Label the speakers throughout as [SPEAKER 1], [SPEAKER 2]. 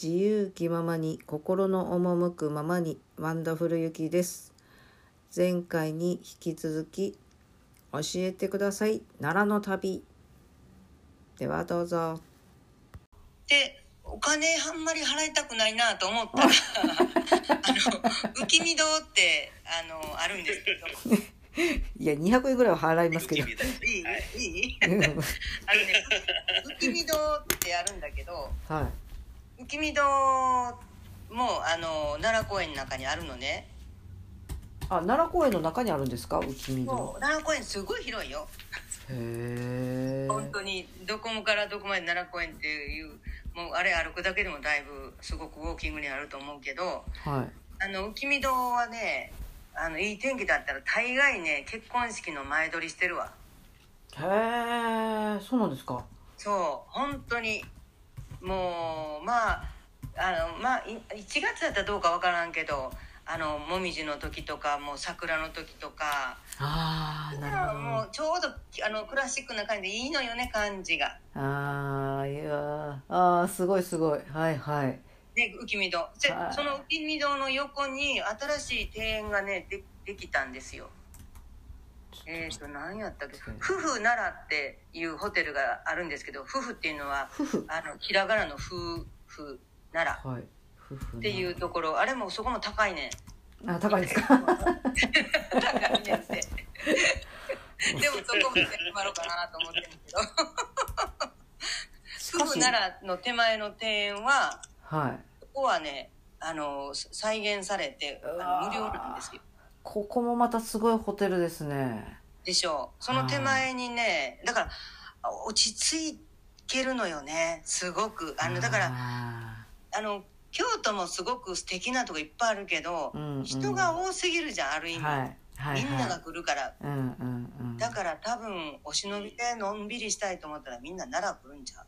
[SPEAKER 1] 自由気ままに心の赴くままにワンダフルゆきです前回に引き続き教えてください奈良の旅ではどうぞ
[SPEAKER 2] でお金あんまり払いたくないなと思ったらあの浮見堂ってあのあるんですけど
[SPEAKER 1] いや200円ぐらいは払いますけ
[SPEAKER 3] 雪
[SPEAKER 1] ど
[SPEAKER 3] 見だよね
[SPEAKER 2] いい、
[SPEAKER 3] はい
[SPEAKER 2] い、いい
[SPEAKER 1] うん
[SPEAKER 2] あのね浮見堂ってあるんだけど
[SPEAKER 1] はい
[SPEAKER 2] 浮見堂もあの奈良公園の中にあるのね
[SPEAKER 1] あ奈良公園の中にあるんですか浮見
[SPEAKER 2] そ
[SPEAKER 1] 堂
[SPEAKER 2] う奈良公園すごい広いよ
[SPEAKER 1] へえ
[SPEAKER 2] 本当にどこからどこまで奈良公園っていうもうあれ歩くだけでもだいぶすごくウォーキングになると思うけど
[SPEAKER 1] はい
[SPEAKER 2] あの浮見堂はねあのいい天気だったら大概ね結婚式の前撮りしてるわ
[SPEAKER 1] へえそうなんですか
[SPEAKER 2] そう本当にもうまああのまあい1月だったらどうかわからんけどあのもみじの時とかもう桜の時とか
[SPEAKER 1] ああなるほど
[SPEAKER 2] もうちょうどあのクラシックな感じでいいのよね感じが。
[SPEAKER 1] ああいやーあーすごいすごいはいはい
[SPEAKER 2] で浮見堂で
[SPEAKER 1] はい
[SPEAKER 2] その浮見堂の横に新しい庭園がねでできたんですよえっ、ー、と何やったっけ
[SPEAKER 1] うん
[SPEAKER 2] 夫婦奈良っていうホテルがあるんですけど夫婦っていうのは
[SPEAKER 1] 夫婦
[SPEAKER 2] あのひらがなの夫婦奈良
[SPEAKER 1] はい夫婦
[SPEAKER 2] っ
[SPEAKER 1] って
[SPEAKER 2] いうところあれもそこも高いねん
[SPEAKER 1] あ高いですか
[SPEAKER 2] 高い ねんってでもそこも全部まろうかなと思ってるけ
[SPEAKER 1] しか
[SPEAKER 2] ど 夫婦
[SPEAKER 1] し
[SPEAKER 2] 奈良の手前の庭園は
[SPEAKER 1] はい
[SPEAKER 2] ここはねあの再現されてあの無料なんですよ
[SPEAKER 1] ここもまたすごいホテルですね
[SPEAKER 2] でしょうその手前にねだからあ落ち着けるのよねすごくあのだから
[SPEAKER 1] ら
[SPEAKER 2] あの京都もすごく素敵なとこいっぱいあるけど、
[SPEAKER 1] うんうん
[SPEAKER 2] 人が多すぎるじゃんある意味、
[SPEAKER 1] はいはいはい
[SPEAKER 2] みんなが来るから
[SPEAKER 1] うんうんうん
[SPEAKER 2] だから多分お忍びでのんびりしたいと思ったらみんな奈良来るんちゃう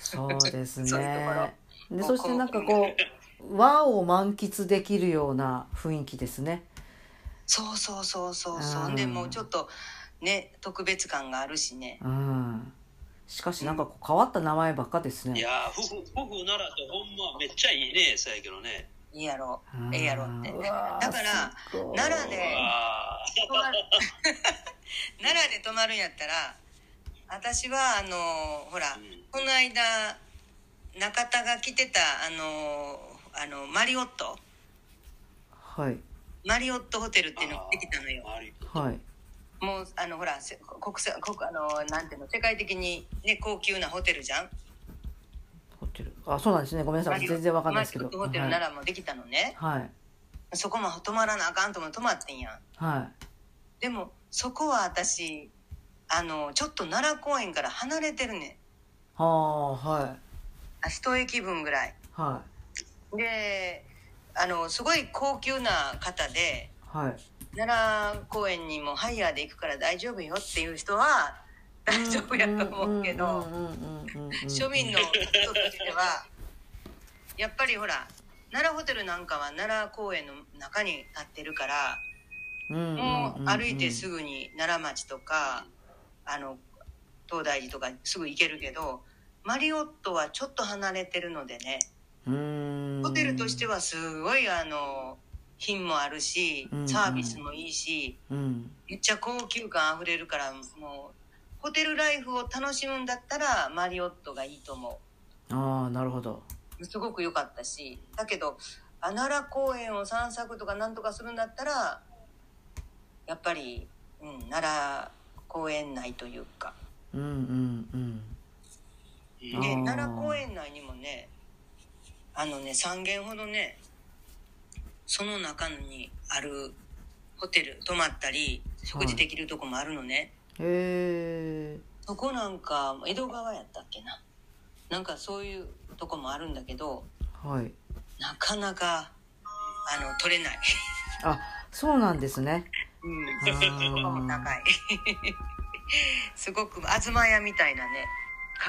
[SPEAKER 1] そうです
[SPEAKER 2] そういうとこ
[SPEAKER 1] ねで
[SPEAKER 2] こ
[SPEAKER 1] そ
[SPEAKER 2] う
[SPEAKER 1] してなんかこう和を満喫できるような雰囲気ですね
[SPEAKER 2] そうそうそうそう
[SPEAKER 1] あ
[SPEAKER 2] そ
[SPEAKER 1] ー
[SPEAKER 2] うでもうちょっとね特別感があるしね
[SPEAKER 1] うんしかしなんかこう変わった名前ばっかです
[SPEAKER 3] い
[SPEAKER 1] ね
[SPEAKER 3] やー夫婦夫婦ならってほんまめっちゃいいねそうやけどね
[SPEAKER 2] いいやろ
[SPEAKER 1] うん
[SPEAKER 2] ええやろって
[SPEAKER 1] うわー
[SPEAKER 2] だから
[SPEAKER 1] すごい
[SPEAKER 2] 奈良で
[SPEAKER 3] あ
[SPEAKER 2] 泊まる奈良で泊まるんやったら私はあのほら、
[SPEAKER 3] うん
[SPEAKER 2] この間中田が着てたあのあのマリオット
[SPEAKER 1] はい
[SPEAKER 2] マリオットホテルっていうのが
[SPEAKER 3] あ
[SPEAKER 2] できたのよ
[SPEAKER 3] ある
[SPEAKER 1] はい
[SPEAKER 2] もうあのほらせ国際国あのなんていうの世界的にね高級なホテルじゃん
[SPEAKER 1] ホテルあそうなんですねごめんなさ
[SPEAKER 2] マ
[SPEAKER 1] い
[SPEAKER 2] リオ
[SPEAKER 1] 全然わかんないですけど
[SPEAKER 2] マリオットホテル奈良もできたのね、
[SPEAKER 1] はいはい
[SPEAKER 2] そこも泊まらなあかんとも泊まってんやん
[SPEAKER 1] は
[SPEAKER 2] でもそこは私あのちょっと奈良公園から離れてるねん
[SPEAKER 1] いはあはい
[SPEAKER 2] あ一駅分ぐらい
[SPEAKER 1] は
[SPEAKER 2] であのすごい高級な方で
[SPEAKER 1] いはい
[SPEAKER 2] 奈良公園にもハイヤーで行くから大丈夫よっていう人は大丈夫やと思うけど、
[SPEAKER 1] んうんうんうんうんうん
[SPEAKER 2] 庶民の人としてはやっぱりほら奈良ホテルなんかは奈良公園の中に立ってるからもう歩いてす
[SPEAKER 1] ぐ
[SPEAKER 2] ぐに奈良町とかあの東大寺とかすぐ行けるけどマリオットはちょっと離れてるのでねホテルとして
[SPEAKER 1] は、
[SPEAKER 2] はすごいあの品もあるし
[SPEAKER 1] うんうん
[SPEAKER 2] サービスもいいし
[SPEAKER 1] うん、
[SPEAKER 2] めっちゃ高級感あふれるからもうホテルライフを楽しむんだったらマリオットがいいと思う。
[SPEAKER 1] ああなるほど
[SPEAKER 2] すごく良かったしだけどあ奈良公園を散策とかなんとかするんだったらやっぱり、うん、奈良公園内というか、
[SPEAKER 1] うんうんうん
[SPEAKER 3] うん
[SPEAKER 1] あ
[SPEAKER 2] ね
[SPEAKER 1] ー、
[SPEAKER 2] 奈良公園内にもねあのね3軒ほどねその中にあるホテル泊まったり食事できるとこもあるのね、
[SPEAKER 1] へえ
[SPEAKER 2] そこなんか江戸川やったっけななんかそういうとこもあるんだけど
[SPEAKER 1] はい
[SPEAKER 2] なかなかあの取れない。
[SPEAKER 1] あそうなんですね
[SPEAKER 2] うん
[SPEAKER 1] あー
[SPEAKER 2] そこも高い すごく東屋みたいなね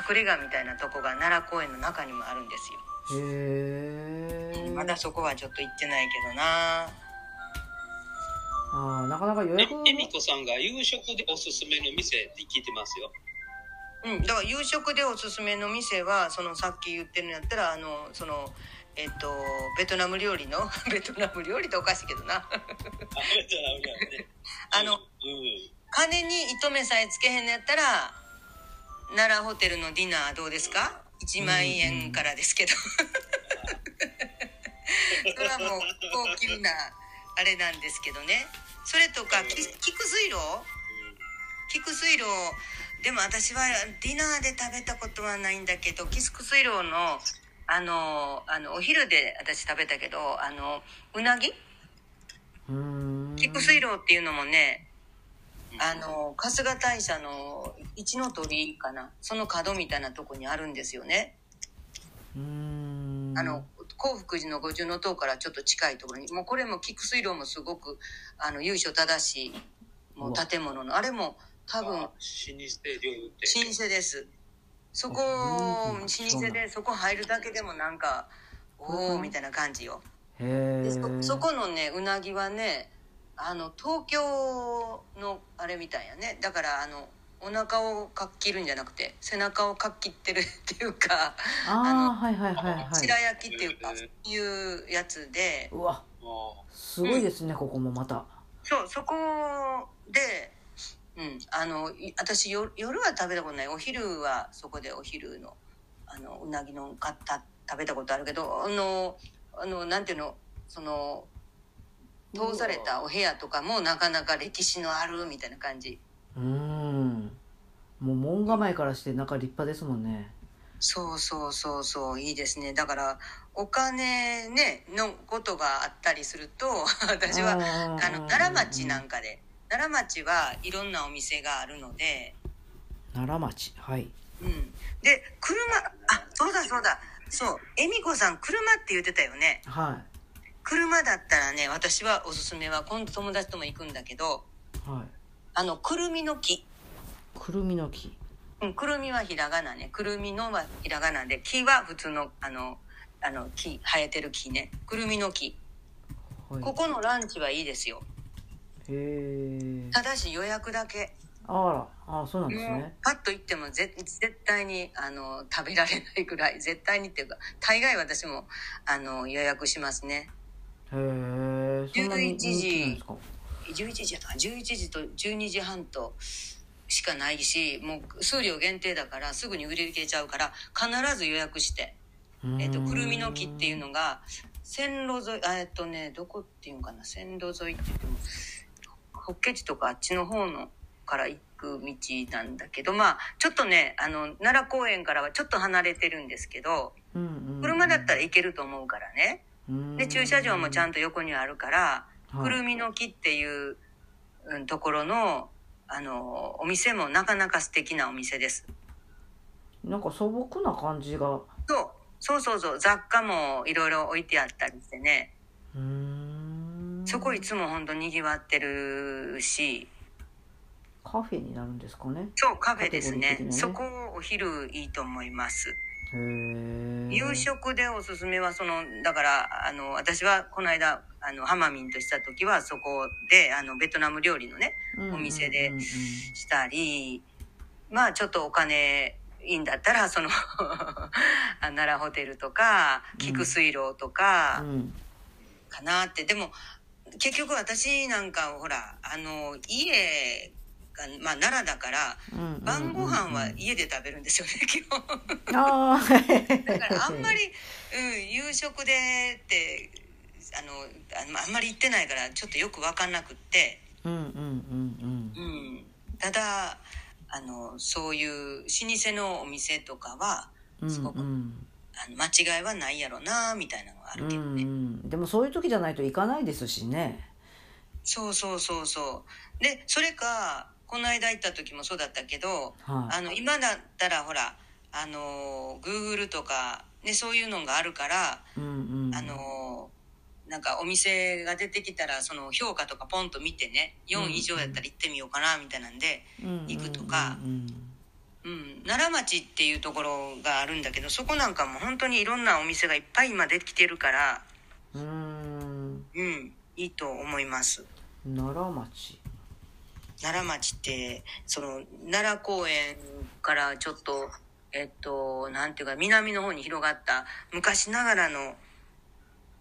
[SPEAKER 2] 隠れ家みたいなとこが奈良公園の中にもあるんですよ、
[SPEAKER 1] へえ
[SPEAKER 2] まだそこはちょっと行ってないけどな
[SPEAKER 1] ああなかなか予
[SPEAKER 3] え
[SPEAKER 1] 約
[SPEAKER 3] えみこさんが夕食でおすすめの店って聞いてますよ
[SPEAKER 2] うん、だから夕食でおすすめの店はそのさっき言ってるんやったらあのそのえっとベトナム料理の ベトナム料理っておかしいけどな
[SPEAKER 3] ありがとうござい ますね
[SPEAKER 2] あの
[SPEAKER 3] うん
[SPEAKER 2] 金に糸目さえつけへんのやったら奈良ホテルのディナーどうですか1万円からですけど それはもう高級なあれなんですけどねそれとかき菊水路菊水路でも私はディナーで食べたことはないんだけど菊水路のあのあのお昼で私食べたけどあのうなぎ
[SPEAKER 1] うーん。
[SPEAKER 2] 菊水路っていうのもねあの春日大社の一の鳥居かなその角みたいなとこにあるんですよね、
[SPEAKER 1] うーん。
[SPEAKER 2] あの興福寺の五重の塔からちょっと近いところにもうこれも菊水路もすごくあの由緒正しいもう建物のあれも多分
[SPEAKER 3] あ老舗料理店
[SPEAKER 2] 老舗ですそこ
[SPEAKER 1] あう
[SPEAKER 2] 老
[SPEAKER 1] ん
[SPEAKER 2] 舗でそこ入るだけでもなんかおおみたいな感じよ
[SPEAKER 1] へ
[SPEAKER 2] で
[SPEAKER 1] え。
[SPEAKER 2] そそこのねうなぎはねあの東京のあれみたいやねだからあのお腹をかっきるんじゃなくて背中をかっきってるっていうかあ
[SPEAKER 1] ああ
[SPEAKER 2] の
[SPEAKER 1] はいはいはいは
[SPEAKER 2] 白
[SPEAKER 1] い。
[SPEAKER 2] 焼きっていうか
[SPEAKER 3] へー
[SPEAKER 2] そういうやつで
[SPEAKER 1] うわ
[SPEAKER 3] も
[SPEAKER 1] すごいですねここもまた。
[SPEAKER 2] そうそこで、うん、あのい私よ夜は食べたことないお昼はそこでお昼のあのうなぎの買った食べたことあるけどあのあのなんていうのその通されたお部屋とかもなかなか歴史のあるみたいな感じ
[SPEAKER 1] うーん。もう門構えからして中立派ですもんね。
[SPEAKER 2] そうそうそうそういいですねだからお金ねのことがあったりすると 私は
[SPEAKER 1] あ
[SPEAKER 2] あの奈良町なんんかで奈良町はいろんなお店があるので。
[SPEAKER 1] 奈良町はい。
[SPEAKER 2] うんで車あそうだそうだそう恵美子さん車って言ってたよね
[SPEAKER 1] は
[SPEAKER 2] 車だったらね私はおすすめは今度友達とも行くんだけど
[SPEAKER 1] いはい。
[SPEAKER 2] あのくるみの木、
[SPEAKER 1] くるみの木。
[SPEAKER 2] うん、くるみはひらがなねくるみのはひらがなで木は普通のあのあの木生えてる木ねくるみの木
[SPEAKER 1] はい、
[SPEAKER 2] ここのランチはいいですよ
[SPEAKER 1] へえ。
[SPEAKER 2] ただし予約だけ
[SPEAKER 1] あら、あそうなん
[SPEAKER 2] も
[SPEAKER 1] です
[SPEAKER 2] う
[SPEAKER 1] ね。
[SPEAKER 2] パッと行ってもぜ絶対にあの食べられないぐらい絶対にっていうか大概私もあの予約しますね
[SPEAKER 1] へえ。そんなに人気なんですか。
[SPEAKER 2] 11時やったかな11時と12時半としかないしもう数量限定だからすぐに売り切れちゃうから必ず予約して、えっと
[SPEAKER 1] うーん
[SPEAKER 2] くるみの木っていうのが線路沿いあえっとねどこっていうんかな線路沿いって言ってもホッケ地とかあっちの方のから行く道なんだけどまあちょっとねあの奈良公園からはちょっと離れてるんですけど
[SPEAKER 1] うんうん、
[SPEAKER 2] 車だったら行けると思うからねで駐車場もちゃん
[SPEAKER 1] と、
[SPEAKER 2] と横にあるから。
[SPEAKER 1] はい
[SPEAKER 2] くるみの木っていう、うん、ところのあのお店もなかなか素敵なお店です
[SPEAKER 1] なんか素朴な感じが。う
[SPEAKER 2] そうそうそうそう雑貨もいろいろ置いてあったりしてね
[SPEAKER 1] ーん
[SPEAKER 2] そこいつもほんとにぎわってるし
[SPEAKER 1] カフェになるんですかね。
[SPEAKER 2] そうカフェです
[SPEAKER 1] カテゴリー的なね
[SPEAKER 2] ねそこお昼いいと思います
[SPEAKER 1] へえ。
[SPEAKER 2] 夕食でおすすめはそのだからあの私はこの間あのハマミンとした時はそこであのベトナム料理のねお店で
[SPEAKER 1] うんうんうん
[SPEAKER 2] したりまあちょっとお金いいんだったらその あ奈良ホテルとか菊水路とか
[SPEAKER 1] うんうん
[SPEAKER 2] かなって、でも結局私なんかほらあの家が、まあ、奈良だから
[SPEAKER 1] うんうんうん
[SPEAKER 2] 晩ご飯は家で食べるんですよね基本
[SPEAKER 1] あー
[SPEAKER 2] だからあんまり、うん、夕食でってあのああんまり行ってないからちょっとよく分かんなくって。
[SPEAKER 1] うんうんうん
[SPEAKER 2] うん、ただあのそういう老舗のお店とかは
[SPEAKER 1] うん
[SPEAKER 2] すごく
[SPEAKER 1] うんうん
[SPEAKER 2] あの間違いはないやろなみたいなのがあるけど
[SPEAKER 1] うん
[SPEAKER 2] ね、
[SPEAKER 1] うんでもそういう時じゃないと行かないですしね
[SPEAKER 2] そうそうそうそうでそれかこの間行った時もそうだったけど
[SPEAKER 1] はい
[SPEAKER 2] あの今だったらほらあの Google とか、ね、そういうのがあるから、
[SPEAKER 1] うんうん
[SPEAKER 2] あのなんかお店が出てきたらその評価とかポンと見てね4以上やったら行ってみようかなみたいなんで、行くとか
[SPEAKER 1] うんうん
[SPEAKER 2] うん、奈良町っていうところがあるんだけどそこなんかも本当にいろんなお店がいっぱい今できてるから、
[SPEAKER 1] うんうんうーん
[SPEAKER 2] うん、いいと思います
[SPEAKER 1] 奈良町
[SPEAKER 2] 奈良町ってその奈良公園からちょっとえっとなんていうか南の方に広がった昔ながらの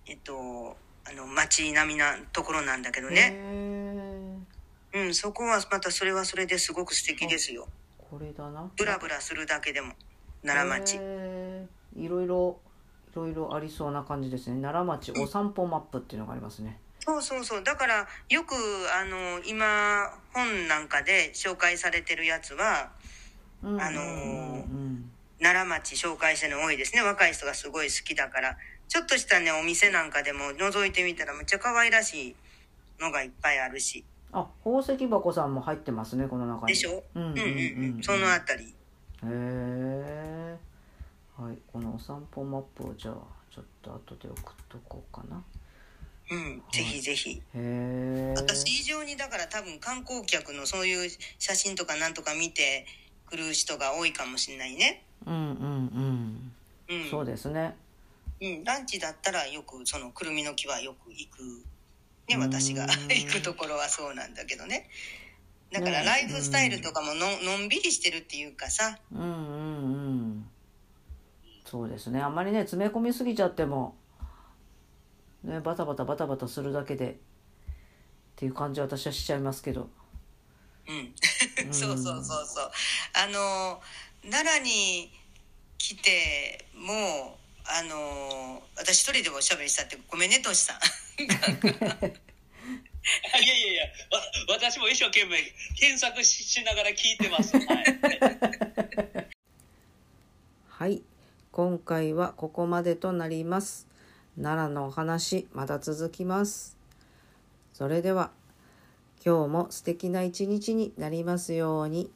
[SPEAKER 2] えっとあの町並みなところなんだけどね、
[SPEAKER 1] へー
[SPEAKER 2] うん、そこはまたそれはそれですごく素敵ですよ
[SPEAKER 1] これだな
[SPEAKER 2] ブラブラするだけでも奈良町、
[SPEAKER 1] へーいろいろいろいろありそうな感じですね奈良町お散歩マップっていうのがありますね
[SPEAKER 2] そうそうそうだからよくあの今本なんかで紹介されてるやつは
[SPEAKER 1] うん
[SPEAKER 2] あのー
[SPEAKER 1] うん
[SPEAKER 2] 奈良町紹介してるの多いですね若い人がすごい好きだからちょっとしたねお店なんかでも覗いてみたらむっちゃ可愛らしいのがいっぱいあるし
[SPEAKER 1] あ宝石箱さんも入ってますねこの中に
[SPEAKER 2] でしょ
[SPEAKER 1] うんうん
[SPEAKER 2] う
[SPEAKER 1] うん
[SPEAKER 2] んうんうん
[SPEAKER 1] うん
[SPEAKER 2] そのあたり
[SPEAKER 1] へえはいこのお散歩マップをじゃあちょっと後で送っとこうかな
[SPEAKER 2] うんぜひぜひ
[SPEAKER 1] へえ
[SPEAKER 2] 私以上にだから多分観光客のそういう写真とかなんとか見てくる人が多いかもしれないね
[SPEAKER 1] うんうん
[SPEAKER 2] う
[SPEAKER 1] うん
[SPEAKER 2] ん
[SPEAKER 1] そうですね
[SPEAKER 2] うん、ランチだったらよくそのくるみの木はよく行く
[SPEAKER 1] う
[SPEAKER 2] ね
[SPEAKER 1] ん
[SPEAKER 2] 私が行くところはそうなんだけどねだから
[SPEAKER 1] ね
[SPEAKER 2] ライフスタイルとかもののんびりしてるっていうかさ
[SPEAKER 1] うんうんうんそうですねあんまりね詰め込みすぎちゃってもねバタバタバタバタするだけでっていう感じは私はしちゃいますけど
[SPEAKER 2] うん
[SPEAKER 1] ん
[SPEAKER 2] そうそうそうそうあの奈良に来てもうあの私一人でおしゃべりしたってごめんねとしさん
[SPEAKER 3] いやいやいや、わ私も一生懸命検索ししながら聞いてます。はい。
[SPEAKER 1] はい今回はここまでとなります奈良のお話まだ続きますそれでは今日も素敵な一日になりますように